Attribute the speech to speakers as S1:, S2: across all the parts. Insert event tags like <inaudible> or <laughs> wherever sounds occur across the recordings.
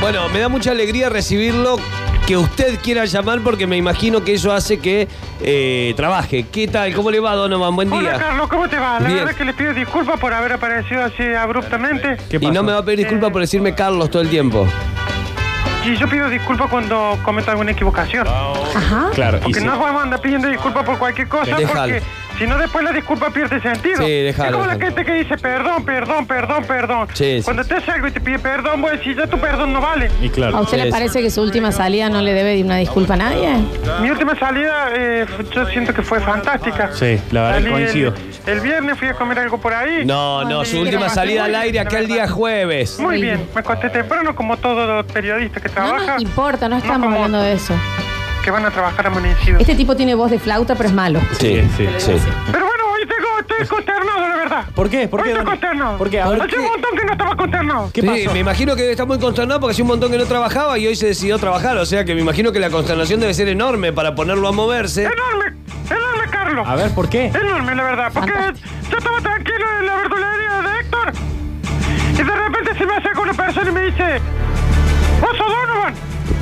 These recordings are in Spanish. S1: Bueno, me da mucha alegría recibirlo. Que usted quiera llamar porque me imagino que eso hace que eh, trabaje. ¿Qué tal? ¿Cómo le va, Donovan? Buen
S2: Hola
S1: día.
S2: Carlos, ¿cómo te va? La
S1: Bien.
S2: verdad que le pido disculpas por haber aparecido así abruptamente.
S1: Y no me va a pedir disculpas por
S2: Eh,
S1: decirme Carlos todo el tiempo.
S2: Y yo pido disculpas cuando cometo alguna equivocación.
S3: Ajá.
S4: Claro, y
S2: Porque
S4: sí.
S2: no vamos a andar pidiendo disculpas por cualquier cosa,
S1: Dejalo.
S2: porque si no después la disculpa pierde sentido.
S1: Sí, dejalo,
S2: Es como la
S1: dejalo.
S2: gente que dice perdón, perdón, perdón, perdón.
S1: Sí, sí,
S2: cuando te hace algo y te pide perdón, vos decís, ya tu perdón no vale.
S4: Y
S3: ¿A
S4: claro.
S3: usted le
S1: Sí.
S3: parece que su última salida no le debe una disculpa a nadie?
S2: Mi última salida, eh, yo siento que fue fantástica.
S4: Sí, la verdad
S2: Salí
S4: que coincido.
S2: El, el viernes fui a comer algo por ahí.
S1: No, no, su última salida al aire aquel día jueves.
S2: Muy bien, me acosté temprano como todos los periodistas que
S3: No
S2: trabajan.
S3: nos importa, no estamos
S2: como
S3: hablando de eso.
S2: Que van a trabajar amanecidos.
S3: Este tipo tiene voz de flauta, pero es malo.
S1: Sí, sí,
S4: Sí,
S1: sí.
S2: Pero bueno, hoy tengo, estoy consternado, la verdad.
S4: ¿Por qué? ¿Por
S2: hoy
S4: qué?
S2: estoy
S4: Dani?
S2: consternado.
S4: ¿Por qué? A ver,
S2: Hace un montón que no estaba consternado.
S4: ¿Qué
S1: Sí,
S4: pasó?
S1: me imagino que está muy consternado porque hace un montón que no trabajaba y hoy se decidió trabajar. O sea que me imagino que la consternación debe ser enorme para ponerlo a moverse.
S2: Enorme, enorme, Carlos.
S4: A ver, ¿por qué?
S2: Enorme, la verdad. Porque
S3: Fantástico.
S2: yo estaba tranquilo en la verdulería de Héctor. Y de repente se me acerca una persona y me dice... ¡Vos sos Donovan!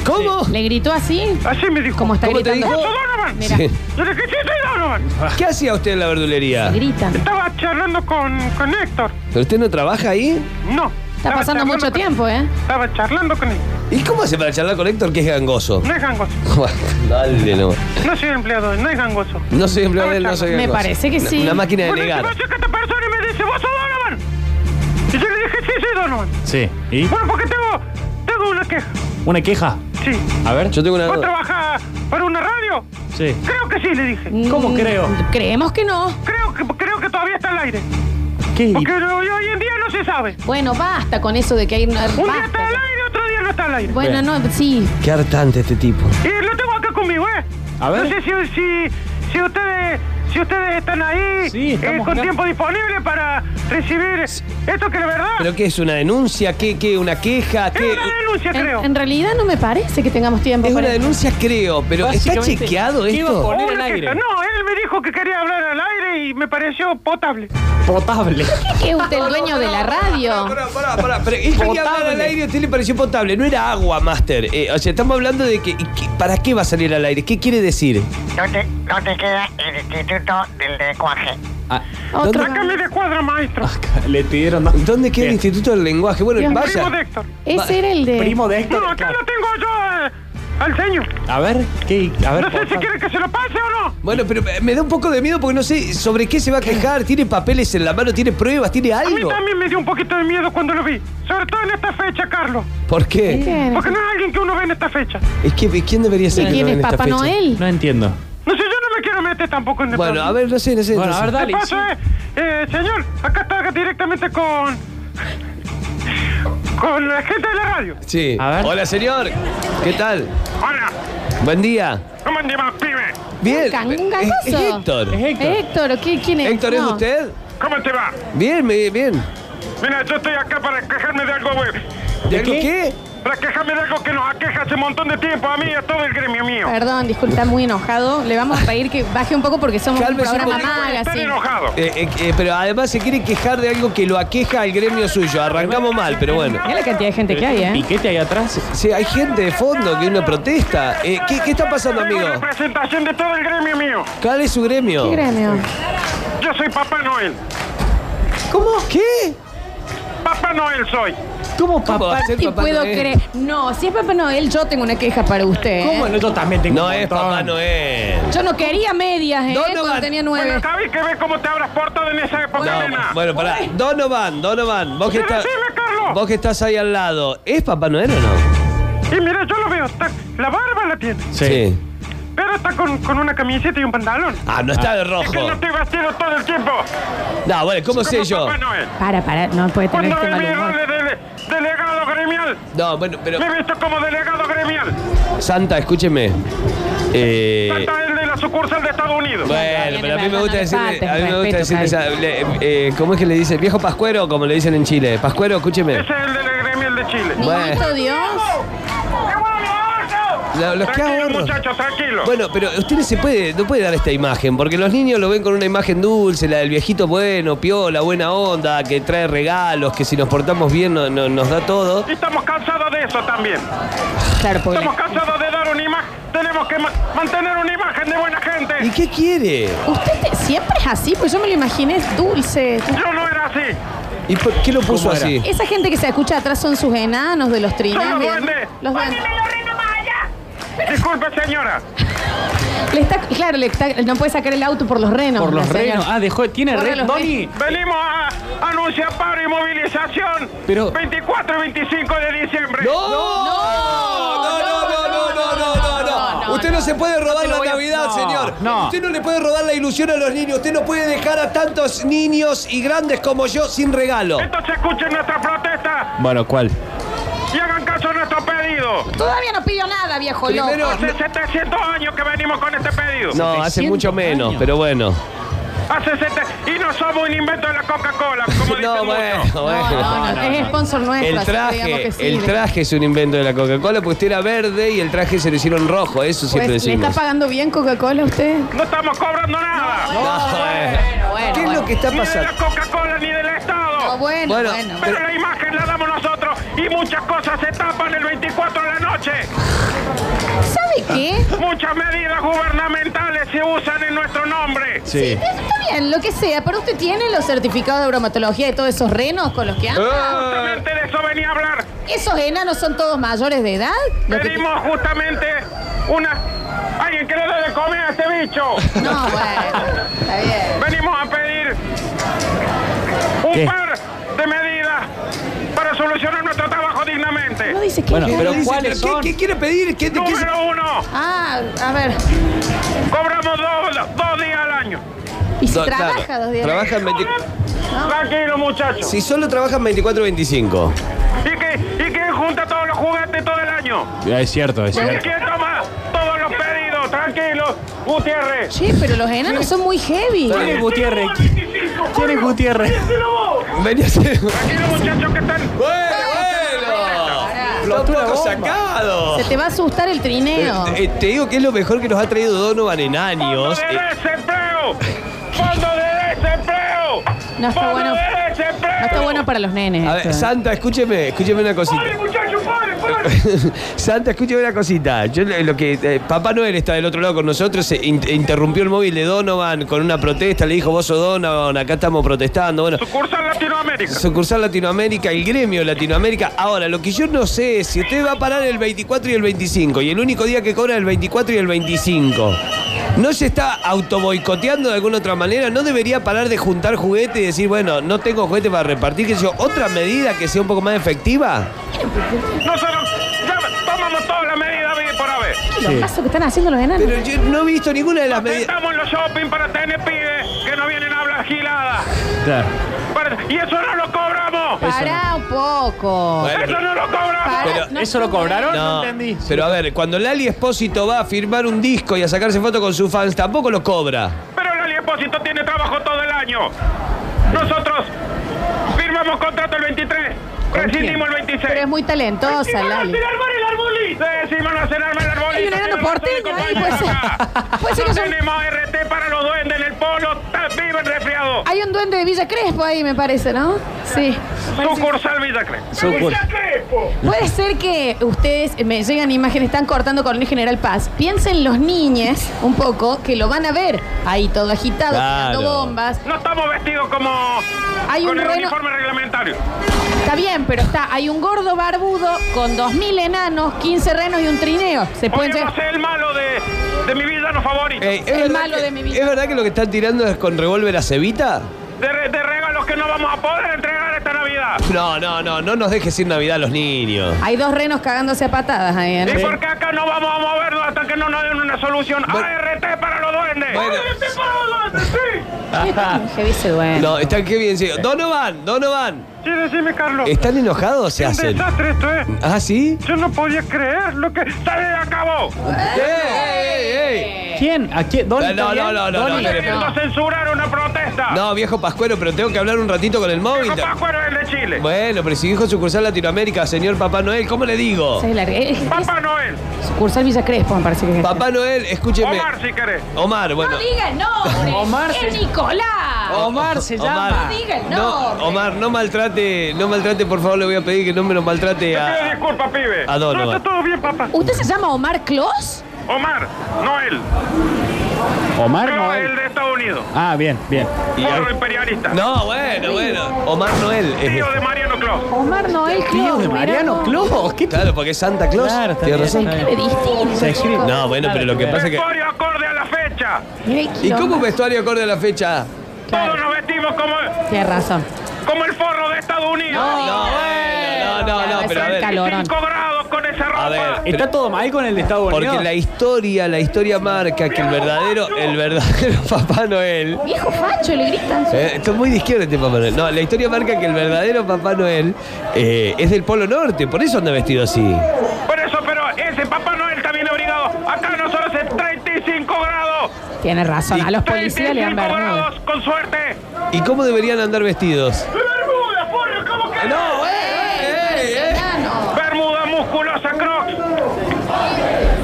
S1: ¿Cómo?
S3: ¿Le gritó así?
S2: Así me dijo.
S3: Como está
S1: ¿Cómo te
S3: gritando.
S2: ¡Vos
S1: dijo?
S2: sos Donovan!
S3: Mira.
S1: Sí.
S2: Yo le dije, sí, soy Donovan.
S1: ¿Qué hacía usted en la verdulería?
S3: Gritan.
S2: Estaba charlando con, con Héctor.
S1: ¿Pero usted no trabaja ahí?
S2: Ah, No.
S3: Está pasando mucho tiempo, ¿eh?
S2: Estaba charlando con él.
S1: ¿Y cómo hace para charlar con Héctor que es gangoso?
S2: No es gangoso.
S1: <laughs> Dale, no.
S2: No soy empleado, no es gangoso.
S1: No soy empleado de él, no soy
S3: Me
S1: gangoso.
S3: parece que
S1: Una-
S3: sí.
S1: Una máquina de
S2: Bueno,
S1: negar.
S2: se me acerca esta persona y me dice, ¿vos sos Donovan? Y yo le dije, sí, soy Donovan.
S4: Sí. ¿Y?
S2: Bueno, porque tengo, tengo una queja.
S4: ¿Una queja?
S2: Sí.
S4: A ver.
S1: Yo tengo una
S2: ¿Vos
S1: duda.
S2: trabajás para una radio?
S4: Sí.
S2: Creo que sí, le dije.
S4: ¿Cómo
S3: Mm,
S4: creo?
S3: Creemos que no.
S2: Creo que, creo que todavía está al aire.
S4: ¿Qué?
S2: Porque hoy, hoy en día no se sabe.
S3: Bueno, basta con eso de que hay una.
S2: Un día está al
S3: basta.
S2: aire, otro día no está al aire.
S3: Bueno, no, sí.
S1: Qué hartante este tipo.
S2: Y lo tengo acá conmigo, ¿eh?
S4: A ver.
S2: No sé si, si, si ustedes... Si ustedes están ahí eh,
S4: Sí, estamos
S2: con
S4: acá.
S2: tiempo disponible para recibir esto que la verdad
S1: ¿Pero qué es? ¿Una denuncia? ¿Qué? ¿Qué? ¿Una queja?
S2: es <laughs>
S1: ¿Qué?
S2: una denuncia,
S3: En,
S2: creo.
S3: en realidad no me parece que tengamos tiempo.
S1: Es una
S3: para-
S1: denuncia, creo, pero ¿está
S4: Básicamente,
S1: chequeado
S4: ¿qué iba a
S1: esto?
S4: poner?
S2: Obvio
S4: al
S2: que
S4: aire.
S2: está. No, él me dijo que quería hablar al aire y me pareció potable.
S4: Potable.
S3: ¿Qué es usted el dueño de la radio?
S1: Oh, Pará, pará, pará, pero esto que hablar al
S4: Potable.
S1: aire a usted le pareció potable, no era agua, Master. Eh, o sea, estamos hablando de que, y que- ¿Para qué va a salir al aire? ¿Qué quiere decir?
S5: No te, no te queda el instituto del lenguaje.
S1: Ah,
S3: Otra
S1: ¿Dónde,
S2: Sácame de cuadra, maestro.
S4: <laughs> Ah, Le pidieron más.
S1: dónde queda el
S4: Bien.
S1: Instituto del Lenguaje? Bueno,
S3: Dios mío.
S1: vaya.
S2: Primo de Héctor.
S1: Va-
S3: Ese era el de.
S4: Primo de Héctor.
S2: No, acá
S4: claro.
S2: lo tengo yo eh, al señor.
S4: A ver, ¿qué? A ver.
S2: No sé si
S4: potable.
S2: quiere que se lo pase o no.
S1: Bueno, pero eh, me da un poco de miedo porque no sé sobre qué se va a quejar. ¿Tiene papeles en la mano? ¿Tiene pruebas? ¿Tiene
S2: A mí
S1: algo?
S2: también me dio un poquito de miedo cuando lo vi. Sobre todo en esta fecha, Carlos.
S1: ¿Por qué?
S3: ¿Quién?
S2: Porque no es alguien que uno ve en esta fecha.
S1: Es que ¿y ¿quién debería ser?
S3: ¿Y
S1: que
S3: quién
S1: no
S3: es
S1: en esta
S3: Papá
S1: fecha?
S3: Noel?
S4: No entiendo.
S2: No sé, yo no me quiero meter tampoco en el
S1: Bueno, a ver, no sé, no sé.
S4: Bueno,
S1: no
S4: a
S1: sé.
S4: ver,
S2: El
S4: dale.
S2: paso es, eh, señor, acá está directamente con. con la gente de la radio.
S1: Sí.
S4: A ver.
S1: Hola, señor. ¿Qué tal?
S2: Hola,
S1: Buen día.
S2: ¿cómo andamos, pibe?
S1: Bien.
S3: can- un
S1: Es- es
S3: gangoso.
S1: Héctor.
S4: Es Héctor.
S3: Héctor, ¿o qué- ¿quién es?
S1: ¿Héctor es
S3: No.
S1: usted?
S2: ¿Cómo te va?
S1: Bien, me- bien.
S2: Mira, yo estoy acá para quejarme de algo, güey.
S1: ¿De, algo qué?
S2: Para quejarme de algo que nos aqueja hace un montón de tiempo a mí y a todo el gremio mío.
S3: Perdón, disculpa, está muy enojado. Le vamos a pedir que baje un poco porque somos
S1: Cálmese
S3: un
S1: un
S3: programa
S1: poco.
S2: Están
S3: magazine.
S2: enojados.
S1: Eh, eh, eh, pero además se quiere quejar de algo que lo aqueja al gremio suyo. Arrancamos mal, pero bueno.
S3: Mira la cantidad de gente que hay, ¿eh?
S4: Piquete ahí atrás.
S1: Sí, hay gente de fondo que uno protesta. Eh, ¿qué, qué está pasando,
S2: Tengo
S1: amigo?
S2: representación de todo el gremio mío.
S1: ¿Cuál es su gremio?
S3: ¿Qué ¿eh? gremio?
S2: Yo soy Papá Noel.
S1: ¿Cómo? ¿Qué?
S2: Papá Noel soy.
S1: ¿Cómo papá?
S3: Aparte puedo creer. No, si es Papá Noel, yo tengo una queja para usted. ¿eh?
S4: ¿Cómo? No, yo también tengo
S1: No
S4: un
S1: es
S4: montón.
S1: Papá Noel.
S3: Yo no quería medias, ¿eh?
S1: Donovan.
S3: Cuando tenía nueve.
S2: Bueno, Cabi, que ve cómo te abras puertas en esa época,
S1: No,
S2: nena.
S1: bueno, pará. Donovan, Donovan, vos que
S2: Pero
S1: estás.
S2: decime, Carlos.
S1: Vos que estás ahí al lado. ¿Es Papá Noel o no?
S2: Y mira, yo lo veo. está- la barba la tiene.
S4: Sí.
S2: Pero está con, con una camiseta y un pantalón.
S1: Ah, no está de
S2: Es que
S1: rojo.
S2: no estoy vestido todo el tiempo.
S1: No, bueno, ¿cómo sé
S2: como
S1: Pues yo? este
S2: Papá Noel.
S3: Para, para, no puede tener
S2: Cuando
S3: este
S2: me
S3: mal
S2: vieron
S3: humor.
S2: de, dele- delegado gremial,
S1: No, bueno, pero.
S2: me he visto como delegado gremial.
S1: Santa, escúcheme. Eh.
S2: Falta el de la sucursal de Estados Unidos.
S1: Bueno, pero a mí me gusta decir, a mí me gusta decir
S3: Respeto,
S1: esa, le- eh, ¿cómo es que le dice? Viejo Pascuero, como le dicen en Chile. Pascuero, escúcheme.
S2: Ese es el del gremial de Chile.
S1: Bueno.
S3: Niñito Dios.
S1: la- los que
S2: Tranquilo,
S1: ahorro.
S2: muchachos, tranquilo.
S1: Bueno, pero usted se puede, no puede dar esta imagen, porque los niños lo ven con una imagen dulce, la del viejito bueno, piola, buena onda, que trae regalos, que si nos portamos bien no- no- nos da todo.
S2: Y estamos cansados de eso también.
S3: Claro, porque
S2: Estamos cansados de dar una imagen. Tenemos que ma- mantener una imagen de buena
S1: ¿Y
S2: gente.
S1: qué quiere?
S3: usted te- siempre es así, pues yo me lo imaginé dulce.
S2: Yo no era así.
S1: ¿Y por qué lo puso
S4: ¿Cómo era?
S1: así?
S3: Esa gente que se escucha atrás son sus enanos de los trinos.
S2: Son los
S3: digamos.
S2: duendes.
S3: Los duendes.
S5: ¡Póneme los renos más allá!
S2: Disculpe, señora.
S3: Le está, claro, le está- no puede sacar el auto por los renos.
S4: Por
S3: la
S4: los
S3: señora.
S4: renos. Ah, dejó. Tiene
S3: Por
S4: red.
S3: los
S4: Doni.
S2: Venimos a anunciar paro y movilización.
S4: Pero-
S2: 24 y 25 de diciembre.
S1: ¡No! No,
S3: No,
S1: no, no, no, no, no, no, no. Usted no se puede robar
S4: te lo
S1: la
S4: voy a-
S1: Navidad,
S4: no,
S1: señor.
S4: no.
S1: Usted no le puede robar la ilusión a los niños. Usted no puede dejar a tantos niños y grandes como yo sin regalo.
S2: Entonces escuchen nuestra protesta
S4: Bueno, ¿cuál?
S2: y hagan caso a nuestro pedido.
S3: Todavía no pidió nada, viejo loco.
S1: Primero-
S2: Hace 700 años que venimos con este pedido.
S1: No, hace
S4: 700
S1: mucho menos,
S4: años.
S1: pero bueno.
S2: Hace sete- Y no somos un invento de la Coca-Cola, como dicen
S1: No,
S2: muchos.
S1: bueno,
S3: No, no,
S1: bueno.
S3: no, es sponsor nuestro.
S1: El
S3: así que digamos
S1: traje,
S3: que sí. Pues,
S1: el traje es un invento de la Coca-Cola, porque usted era verde y el traje se lo hicieron rojo, eso siempre
S3: Pues, ¿Le está
S1: decimos.
S3: pagando bien Coca-Cola a usted?
S2: No estamos cobrando nada.
S1: No, eh.
S3: bueno,
S1: ¿Qué es
S3: bueno.
S1: lo que está
S2: ni de la
S1: pasando?
S2: Coca-Cola ni del Estado.
S3: No, Oh, bueno,
S1: Bueno,
S3: bueno.
S2: Pero
S1: Pero-
S2: la imagen la damos nosotros y muchas cosas se tapan el 24 de la noche.
S3: ¿Sabe qué?
S2: Muchas medidas gubernamentales se usan en nuestro nombre.
S1: Sí.
S3: Está bien, lo que sea, pero usted tiene los certificados de bromatología de todos esos renos con los que
S1: Ah.
S3: anda.
S2: Justamente de eso venía a hablar.
S3: ¿Esos enanos son todos mayores de edad? Lo que-
S2: Pedimos justamente una... Alguien que le dé de comer a este bicho.
S3: No, bueno, está bien.
S2: Venimos a pedir un
S4: ¿Qué?
S2: par de medidas para solucionar nuestro trabajo dignamente.
S3: No dice que
S4: Bueno, pero
S1: Dice,
S4: ¿cuáles
S1: ¿qué-
S4: son?
S1: ¿Qué quiere pedir? ¿Qué, de qué se-
S2: Número uno,
S3: Ah, a ver.
S2: cobramos dos, dos días al año.
S3: ¿Y si
S1: Do-
S3: trabaja
S1: claro,
S3: dos días?
S1: trabajan 20
S2: Tranquilo, muchachos.
S1: Si solo trabajan 24-25.
S2: ¿Y que, y que junta todos los juguetes todo el año.
S4: Es cierto, es
S2: ¿Y quién toma todos los pedidos? Tranquilo, Gutiérrez.
S3: Che, pero los enanos son muy heavy.
S4: ¿Quién es Gutiérrez? ¿Quién es Gutiérrez?
S1: Vení a hacer.
S2: Tranquilo, muchachos, que están...
S1: ¡Bueno,
S3: Pará.
S1: bueno! ¡Los poco sacado!
S3: Se te va a asustar el trineo.
S1: Eh, eh, te digo que es lo mejor que nos ha traído Donovan en
S2: ¡Fondo
S1: años.
S2: de
S1: Eh,
S2: desempleo! ¡Fondo de desempleo!
S3: No está
S2: ¡Fondo
S3: bueno.
S2: de desempleo!
S3: No está bueno para los nenes.
S1: Eh, a ver,
S3: esto.
S1: Santa, escúcheme, escúcheme una
S2: ¡Pare,
S1: cosita.
S2: muchachos, pare, pare!
S1: <laughs> Santa, escúcheme una cosita. Yo eh, lo que eh, Papá Noel está del otro lado con nosotros, se in- interrumpió el móvil de Donovan con una protesta, le dijo, "Vos sos Donovan, acá estamos protestando." Bueno,
S2: Sucursal Latinoamérica.
S1: sucursal Latinoamérica, el gremio Latinoamérica. Ahora, lo que yo no sé es si usted va a parar el 24 y el 25, y el único día que cobra es el 24 y el 25. ¿No se está autoboicoteando de alguna otra manera? ¿No debería parar de juntar juguete y decir, bueno, no tengo juguete para repartir? ¿Qué sé yo? ¿Otra medida que sea un poco más efectiva?
S2: Nosotros ya tomamos todas las medidas bien por haber.
S3: Los casos que están haciendo los enanos.
S1: Pero yo no he visto ninguna de las medidas.
S2: Estamos en los shopping para tener pibes que no vienen a hablar giladas.
S4: Claro.
S2: Para- Y eso no lo cobramos.
S3: Pará un poco.
S1: Bueno,
S2: Eso no lo cobramos.
S3: Pará,
S1: pero-
S3: no,
S4: ¿Eso lo
S3: no, no.
S4: cobraron?
S1: No, pero a ver, cuando Lali Espósito va a firmar un disco y a sacarse foto con sus fans, tampoco lo cobra.
S2: Pero el Aliepósito tiene trabajo todo el año. Nosotros firmamos contrato el 23, rescindimos el 26.
S3: Pero es muy talentosa,
S2: Decimos
S3: Lali.
S2: no hacer armar el arbolito. Decimos no hacer armar el arbolito.
S3: Hay un enano
S2: Decimos
S3: porteño
S2: no hacer
S3: ahí, puede ser. <laughs>
S2: acá.
S3: Puede ser que
S2: No
S3: sea un-
S2: tenemos RT para los duendes en el polo, tan vivo el resfriado.
S3: Hay un duende de Villa Crespo ahí, me parece, ¿no? Sí.
S2: Sucursal Villa
S1: Sucur-
S3: Puede ser que ustedes eh, me llegan imágenes, están cortando con el General Paz. Piensen los niñes un poco que lo van a ver ahí todo agitado,
S1: Claro.
S3: tirando bombas.
S2: No estamos vestidos como
S3: Hay
S2: con
S3: un
S2: el
S3: reno-
S2: uniforme reglamentario.
S3: Está bien, pero está, hay un gordo barbudo con 2.000 enanos, 15 renos y un trineo. Se
S2: Hoy
S3: pueden Eh.
S2: no
S3: llegar.
S2: sé el malo de, de mi vida no favorito.
S1: Ey,
S3: El
S1: verdad
S3: malo
S1: que-
S3: de mi vida.
S1: ¿Es verdad que lo que están tirando es con revólver a Cevita?
S2: De, re- de regalos que no vamos a poder entregar esta Navidad.
S1: No, no, no, no nos dejes ir Navidad a los niños.
S3: Hay dos renos cagándose a patadas ahí, ¿eh?
S2: ¿Y por qué acá no vamos a movernos hasta que no nos den una solución?
S1: Bueno.
S2: ART para los duendes.
S1: Bueno.
S2: ART para los duendes, sí.
S3: Heavy se duele.
S1: No, están qué bien, sí. Donovan, Donovan.
S2: Sí, decime, Carlos.
S1: ¿Están enojados o se
S2: Un
S1: hacen?
S2: desastre esto, ¿eh?
S1: ¿Ah, sí?
S2: Yo no podía creer lo que... ¡Sale de acá vos!
S1: ¡Ey,
S3: Eh.
S1: ey, ey!
S4: ¿Quién? ¿A quién? ¿Dónde?
S1: No, no, no, no, no,
S2: Queriendo censurar una protesta. cuenta.
S1: No, viejo Pascuero, pero tengo que hablar un ratito con el móvil.
S2: Pascuero es de Chile.
S1: Bueno, pero si dijo sucursal Latinoamérica, señor Papá Noel, ¿cómo le digo?
S3: Esa es la- es- es-
S2: Papá Noel.
S3: Sucursal Villa Crespo, me parece que es.
S1: Papá Noel, escúcheme.
S2: Omar, si querés.
S1: Omar, bueno.
S3: No diga el nombre.
S4: Omar
S3: Es
S4: se-
S3: Nicolás.
S4: Omar se llama.
S3: No diga el
S1: No,
S3: nombre.
S1: Omar, no maltrate, no maltrate, por favor, le voy a pedir que no me lo maltrate
S2: Te pido
S1: a.
S2: disculpas, pibe.
S1: a Donovan.
S2: No, está todo bien, papá.
S3: ¿Usted se llama Omar Clos?
S2: Omar, Noel.
S4: Omar
S2: Pero el
S4: Noel.
S2: de Estados Unidos.
S4: Ah, bien, bien.
S1: y a-
S2: Morro imperialista.
S1: No, bueno, bueno. Omar Noel. es-
S2: Tío de Mariano Claus.
S3: Omar Noel Clos.
S4: Tío de
S3: mirá
S4: Mariano
S3: vos.
S4: Clos. ¿Qué
S1: Claro, porque es Santa Claus.
S4: Claro, está
S1: Tienes
S4: bien,
S1: razón.
S4: está
S3: Qué distinto,
S4: Se escribe-
S3: chicos.
S1: No, bueno, pero lo que pasa es que.
S2: Vestuario acorde a la fecha.
S3: Mirá el
S1: ¿Y
S3: quilombo.
S1: cómo un vestuario acorde a la fecha?
S3: Claro.
S2: Todos nos vestimos como,
S3: Tienes razón.
S2: como el forro de Estados Unidos.
S1: No, bueno, no, no, no, pero a ver.
S3: Claro, calorón.
S2: 25 grados con esa ropa.
S1: A ver.
S4: Está todo mal con el de Estados Unidos.
S1: Porque la historia, la historia marca que el verdadero, el verdadero <laughs> Papá Noel.
S3: Viejo facho, le gritan.
S1: Eh, esto es muy de izquierda este Papá Noel. No, la historia marca que el verdadero Papá Noel eh, es del Polo Norte, por eso anda vestido así.
S2: Por eso, pero ese Papá Noel está bien abrigado. Acá nosotros es 35 grados.
S3: Tiene razón. A los policías le
S2: 35
S3: dan vergüenza.
S2: grados, con suerte.
S1: ¿Y cómo deberían andar vestidos?
S2: Bermuda, porro, ¿cómo que?
S1: No, eh, eh, eh, eh.
S2: Bermuda musculosa, Crocs.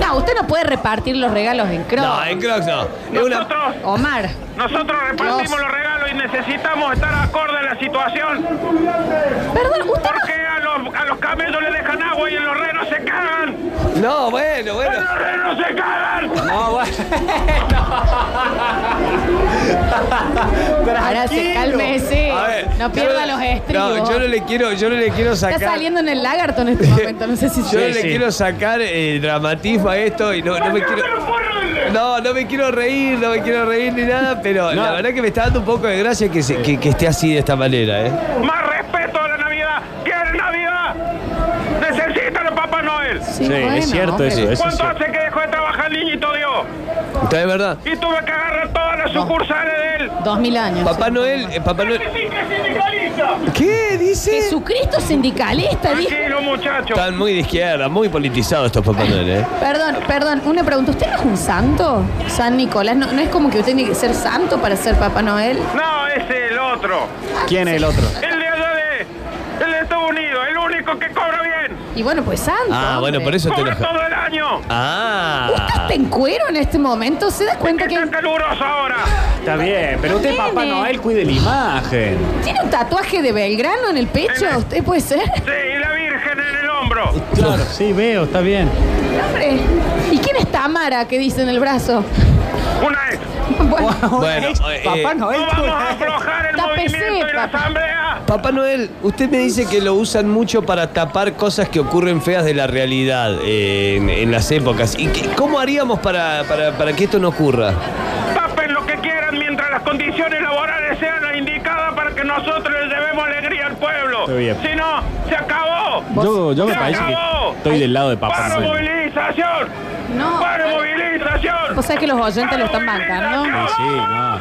S3: No, usted no puede repartir los regalos en Cros.
S1: No, eh. en Crocs no. Es una-
S2: Nosotros,
S3: Omar.
S2: nosotros repartimos
S3: Dios.
S2: los regalos y necesitamos estar acorde a la situación.
S3: Perdón, usted no.
S2: Porque a los, a los camellos le dejan agua y en los renos se cagan.
S1: No, bueno,
S2: ¡En
S1: bueno.
S2: los renos se cagan!
S1: No, bueno.
S3: Ahora se
S4: este
S3: cálmese.
S1: A ver,
S3: No
S1: yo
S3: pierda los estribos.
S1: No, yo no le quiero, yo no le quiero sacar.
S3: Está saliendo en el lagarto en este momento. No sé si
S1: Yo no
S3: se
S1: le
S4: sí.
S1: quiero sacar eh, dramatismo a esto y no, no me quiero. No, no me quiero reír, no me quiero reír ni nada, pero la verdad que me está dando un poco de gracia que, se- que- que esté así de esta manera, ¿eh?
S2: Más respeto a la Navidad. ¿Quieren Navidad? Necesitan a Papá Noel.
S3: Sí,
S4: es cierto
S3: hombre.
S4: eso, es-
S2: ¿Cuánto
S4: sí.
S2: hace que dejó de trabajar el niñito Dios?
S1: Está de verdad.
S2: Y tuve que agarrar todas las sucursales de él.
S3: Dos mil años.
S1: Papá
S3: sí.
S1: Noel, eh, Papá Noel.
S2: sí que es sindicalista!
S1: ¿Qué dice?
S3: Jesucristo sindicalista, dijo.
S2: Tranquilo, muchachos.
S1: Están muy de izquierda, muy politizados estos Papá Noel, ¿eh?
S3: Perdón, perdón, una pregunta. ¿Usted no es un santo? San Nicolás, ¿no, no es como que usted tiene que ser santo para ser Papá Noel? Ah,
S2: No, es el otro.
S4: ¿Quién es el otro?
S2: El de allá de... El de Estados Unidos. El único que cobra bien.
S3: Y bueno, pues santo.
S1: Ah, bueno, por
S3: hombre.
S1: eso te
S2: Cobra
S1: enojas.
S2: todo el año.
S3: ¿Usted
S1: Ah.
S3: está en cuero en este momento? ¿Se da cuenta que
S2: Está caluroso ahora.
S4: Está bien, pero usted, Papá
S3: Nene.
S4: Noel, cuide la imagen.
S3: tiene un tatuaje de Belgrano en el pecho?
S2: Nene.
S3: ¿Usted puede ser?
S2: Sí, y la Virgen en el hombro.
S4: Claro, sí, veo, está bien.
S3: Hombre. ¿Y quién es Tamara que dice en el brazo? <laughs>
S2: Una ex.
S3: Bueno,
S1: Bueno, eh,
S4: Papá Noel.
S2: No vamos a aflojar el
S3: Está
S2: movimiento y la
S3: peseta.
S2: asamblea.
S1: Papá Noel, usted me dice que lo usan mucho para tapar cosas que ocurren feas de la realidad eh, en, en las épocas. ¿Y qué- cómo haríamos para, para- para que esto no ocurra?
S2: Tapen lo que quieran mientras las condiciones laborales sean las indicadas para que nosotros le llevemos alegría al pueblo.
S4: Está bien.
S2: Si no, se acabó.
S4: Yo, yo me
S2: Se
S4: parece
S2: acabó.
S4: que estoy del lado
S1: Ah,
S4: de Papá
S2: ¡Para
S4: Noel.
S2: movilización!
S3: no.
S2: ¡Para movilización!
S3: Vos sabés Ah. que los oyentes lo están bancando.
S2: ¡Para
S4: Sí, no.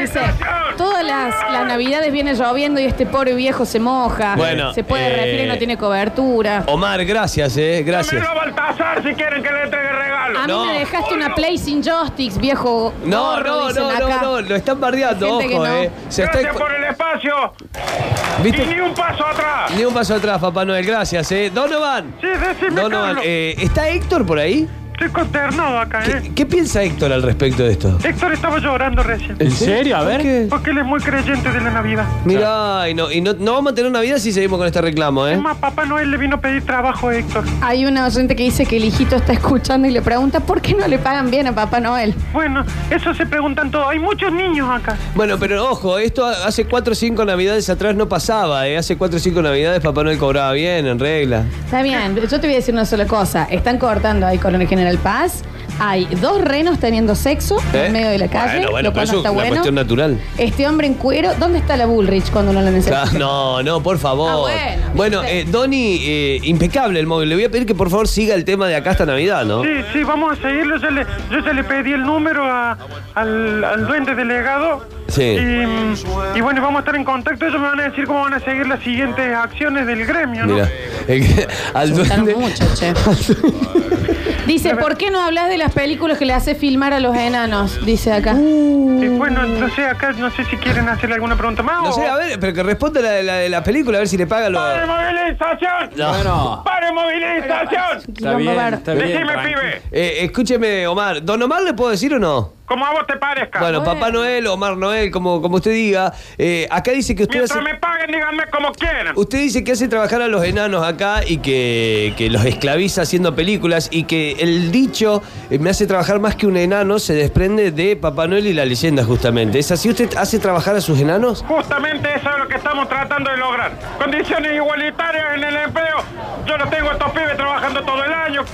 S3: Dice,
S2: movilización!
S3: todas las, las navidades viene lloviendo y este pobre viejo se moja.
S1: Bueno,
S3: se puede
S1: eh,
S3: refriar y no tiene cobertura.
S1: Omar, gracias, eh, gracias.
S2: Dámelo a Baltasar si quieren que le entregue regalo.
S3: A mí
S1: no.
S3: me dejaste una play sin joysticks, viejo.
S1: No,
S3: gordo,
S1: no,
S3: dicen
S1: no,
S3: acá.
S1: no, no, lo están bardeando,
S3: Hay gente
S1: ojo,
S3: que no.
S1: eh. Se está-
S2: Gracias por el espacio y
S1: ¿Viste?
S2: ni un paso atrás.
S1: Ni un paso atrás, Papá Noel, gracias, eh. Donovan.
S2: Sí, decime,
S1: Donovan,
S2: Carlos.
S1: eh, ¿está Héctor por ahí?
S2: Estoy consternado acá, ¿eh?
S1: ¿Qué, qué piensa Héctor al respecto de esto?
S2: Héctor estaba llorando recién.
S4: ¿En serio? A ver.
S1: ¿Qué?
S2: Porque él es muy creyente de la Navidad.
S1: Mirá, y, no, y no, no vamos a tener Navidad si seguimos con este reclamo, ¿eh?
S2: Es más, Papá Noel le vino a pedir trabajo a Héctor.
S3: Hay una oyente que dice que el hijito está escuchando y le pregunta por qué no le pagan bien a Papá Noel.
S2: Bueno, eso se preguntan todos. Hay muchos niños acá.
S1: Bueno, pero ojo, esto hace 4 o 5 navidades atrás no pasaba, ¿eh? Hace 4 o 5 navidades Papá Noel cobraba bien, en regla.
S3: Está bien, yo te voy a decir una sola cosa. Están cortando ahí Colonia General Paz. Hay dos renos teniendo sexo
S1: ¿Eh?
S3: en medio de la calle.
S1: Bueno, bueno, pero
S3: lo cual
S1: eso
S3: no
S1: es
S3: está
S1: una
S3: bueno.
S1: cuestión natural.
S3: Este hombre en cuero, ¿dónde está la Bullrich cuando uno la necesita?
S1: Claro, No, no, por favor.
S3: Ah, bueno.
S1: Bueno, eh, Donny, eh, impecable el móvil. Le voy a pedir que por favor siga el tema de acá hasta Navidad, ¿no?
S2: Sí, sí, vamos a seguirlo. Yo, le, yo ya le pedí el número a- al, al duende delegado.
S1: Sí.
S2: Y, mm, y bueno, vamos a estar en contacto. Ellos me van a decir cómo van a seguir las siguientes acciones del gremio, ¿no?
S1: Mira, el que- al <laughs>
S3: Gustaron
S1: duende.
S3: mucho, che. Dice, ¿por qué no hablas de las películas que le hace filmar a los enanos? Dice acá.
S2: Y bueno, no sé, acá no sé si quieren hacerle alguna pregunta más
S1: No
S2: o...
S1: sé, a ver, pero que responda la de la, de la película, a ver si le paga los.
S2: ¡Pare movilización!
S1: No.
S4: Bueno,
S2: ¡Pare movilización!
S4: está bien, está bien.
S2: Decime,
S4: tranqui.
S2: pibe,
S1: Eh, escúcheme, Omar. ¿Don Omar le puedo decir o no?
S2: como a vos te parezca.
S1: Bueno,
S3: Bueno.
S1: Papá Noel, Omar Noel, como, como usted diga. Eh, acá dice que usted
S2: Mientras
S1: hace.
S2: me paguen, díganme como quieran.
S1: Usted dice que hace trabajar a los enanos acá y que, que los esclaviza haciendo películas y que el dicho eh, me hace trabajar más que un enano se desprende de Papá Noel y la leyenda justamente. ¿Es así? ¿Usted hace trabajar a sus enanos?
S2: Justamente eso es lo que estamos tratando de lograr. Condiciones igualitarias en el empleo. Yo lo tengo a estos pibes trabajando todo el año.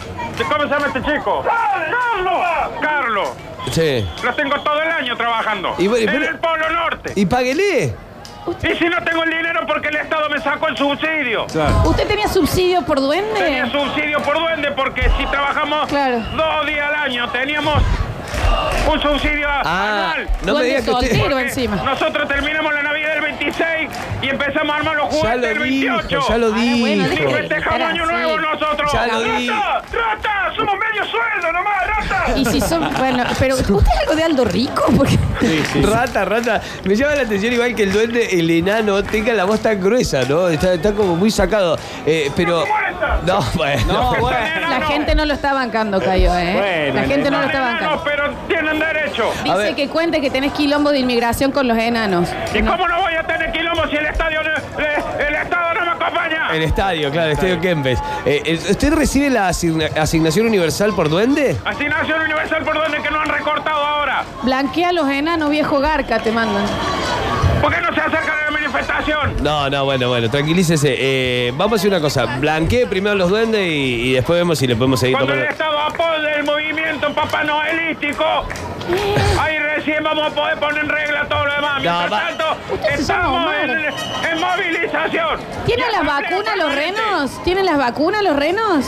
S2: ¿Cómo se llama este chico? ¡Carlos! ¡Carlos!
S1: Sí.
S2: Los tengo todo el año trabajando.
S1: Y bueno, y
S2: en
S1: pero-
S2: el Polo Norte.
S1: ¿Y páguele?
S2: Y... si no tengo el dinero porque el Estado me sacó el subsidio.
S4: Claro.
S3: ¿Usted tenía subsidio por duende?
S2: Tenía subsidio por duende porque si trabajamos
S3: Claro.
S2: dos días al año teníamos un subsidio
S1: Ah,
S2: anual.
S1: no me
S3: Duende
S1: diga que usted.
S3: soltero. Pero
S2: Porque
S3: encima.
S2: Nosotros terminamos la Navidad del 26 y empezamos a armar
S1: <laughs>
S2: los
S1: Ya
S2: juguetes
S1: lo
S2: del
S1: dijo,
S2: 28.
S1: ya lo
S3: Ahora,
S1: dijo.
S3: bueno,
S2: Ni
S3: déjelo.
S2: festejamos
S3: Era
S2: año
S3: así.
S2: nuevo nosotros.
S1: Ya lo
S2: ¡Rata!
S1: dijo.
S2: ¡Rata! ¡Somos medio sueldo nomás, rata!
S3: <laughs> Y si son. Bueno, pero ¿usted es algo de Aldo Rico? Porque.
S4: Sí, sí.
S1: Rata, rata. Me llama la atención igual que el duende, el enano, tenga la voz tan gruesa, ¿no? Está, está como muy sacado. Eh, pero. No, <laughs> bueno.
S4: No, bueno.
S3: La gente no lo está bancando, Cayo, ¿eh?
S4: Bueno,
S3: la gente no lo está
S2: Enanos,
S3: bancando.
S2: pero tienen derecho.
S1: A
S3: Dice
S1: ver.
S3: que cuente que tenés quilombo de inmigración con los enanos.
S2: ¿Y cómo no voy a tener quilombo si el estadio no- le- el Estado no me acompaña?
S1: El estadio, claro, el estadio Kempes. Eh, eh, ¿Usted recibe la asigna- asignación universal por duende?
S2: Asignación universal por donde que no han recortado ahora.
S3: Blanquea a los enanos, viejo garca, te mandan.
S2: ¿Por qué no se acercan a la manifestación?
S1: No, no, bueno, bueno, tranquilícese. Eh, vamos a hacer una cosa. Blanquee primero los duendes y, y después vemos si le podemos seguir
S2: Cuando el
S1: tomando.
S2: Estado apoye el movimiento papá noelístico, ahí recién vamos a poder poner en regla todo lo demás. Mientras
S1: va-
S2: tanto,
S3: Usted se
S2: estamos
S3: llama
S2: en,
S3: Omar.
S2: en movilización.
S3: ¿Tienen
S2: Y
S3: las
S2: asamblea
S3: vacunas los
S2: permanente.
S3: renos? ¿Tienen las vacunas los renos?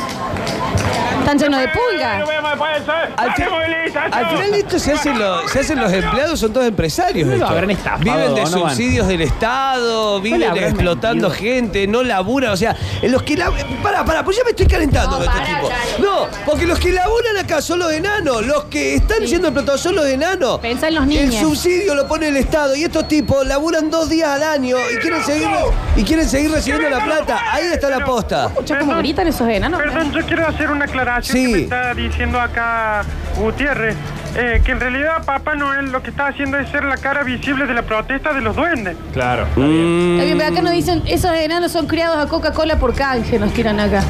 S3: Están llenos de
S2: Eh,
S3: pulga.
S2: vemos después eso, eh.
S1: Al, fi-
S2: Dale, movilización.
S1: al final de esto se hacen, los, se hacen los empleados, son todos empresarios.
S4: No lo
S1: esto.
S4: habrán estafado,
S1: viven de
S4: Donovan.
S1: subsidios del Estado, viven
S4: habrán
S1: explotando
S4: vendido.
S1: gente, no laburan. O sea, en los que laburan. Pará, pará, pues ya me estoy calentando
S3: No,
S1: con este
S3: pará,
S1: tipo.
S3: ya.
S1: No, porque los que laburan acá son los enanos. Los que están siendo explotados son los enanos.
S3: Pensá en los niños.
S1: El subsidio lo pone el Estado y estos tipos laburan dos días al año y quieren seguir, y quieren seguir recibiendo la plata. Ahí está la posta.
S3: Escuchá cómo gritan esos enanos.
S2: Perdón, yo quiero hacer una aclaración
S1: Sí.
S2: que me está diciendo acá Gutiérrez. eh, que en realidad Papá Noel lo que está haciendo es ser la cara visible de la protesta de los duendes.
S4: Claro. está bien.
S3: Está bien, pero acá
S1: Mm.
S3: nos dicen, esos enanos son criados a Coca-Cola por canje, nos tiran acá.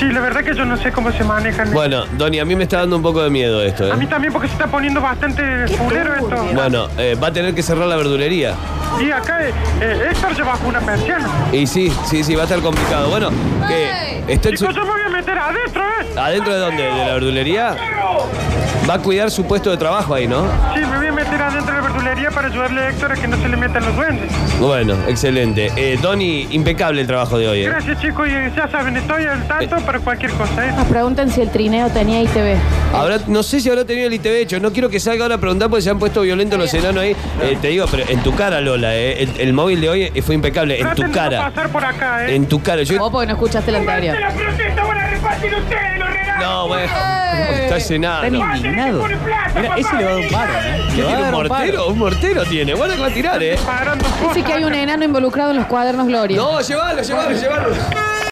S2: Sí, la verdad que yo no sé cómo se manejan.
S1: Bueno, Donny, a mí me está dando un poco de miedo esto. ¿eh?
S2: A mí también porque se está poniendo bastante fulero esto.
S1: Bueno, eh, va a tener que cerrar la verdulería.
S2: Y acá eh, eh, Héctor se bajó una persiana.
S1: Y sí, sí, sí, va a estar complicado. Bueno, que está en su-
S2: Chicos, yo me voy a meter adentro, ¿eh?
S1: ¿Adentro de dónde? ¿De la verdulería? Va a cuidar su puesto de trabajo ahí, ¿no?
S2: Sí, me voy a meter adentro de la verdulería para ayudarle a Héctor a que no se le metan los duendes.
S1: Bueno, excelente. Eh, Donny, impecable el trabajo de hoy. ¿eh?
S2: Gracias, chicos, y eh, ya saben, estoy al tanto para cualquier cosa, ¿eh?
S3: Nos preguntan si el trineo tenía ITV.
S1: Habrá- no sé si habrá tenido el ITV hecho. No quiero que salga ahora a preguntar porque se han puesto violentos los enanos ahí. Eh, te digo, pero en tu cara, Lola, eh, el, el móvil de hoy eh, fue impecable. En
S2: Traten
S1: tu
S2: de no
S1: cara.
S2: pasar por acá, ¿eh?
S1: En tu cara. Yo-
S3: Vos porque no escuchaste la anterior.
S2: la protesta van a repartir ustedes los regalos!
S1: No, bueno.
S2: Eh.
S1: Está
S4: Está
S1: llenado.
S4: indignado. Mira, ese le va a dar un paro, ¿eh?
S1: ¿Qué
S4: Le va
S1: tiene?
S4: a dar
S1: ¿Un
S4: paro.
S1: mortero? Un mortero tiene. Bueno, que va a tirar, ¿eh?
S2: Parando
S3: Dice que hay un enano involucrado en los cuadernos Gloria.
S1: No, llévalo, llévalo, llévalo.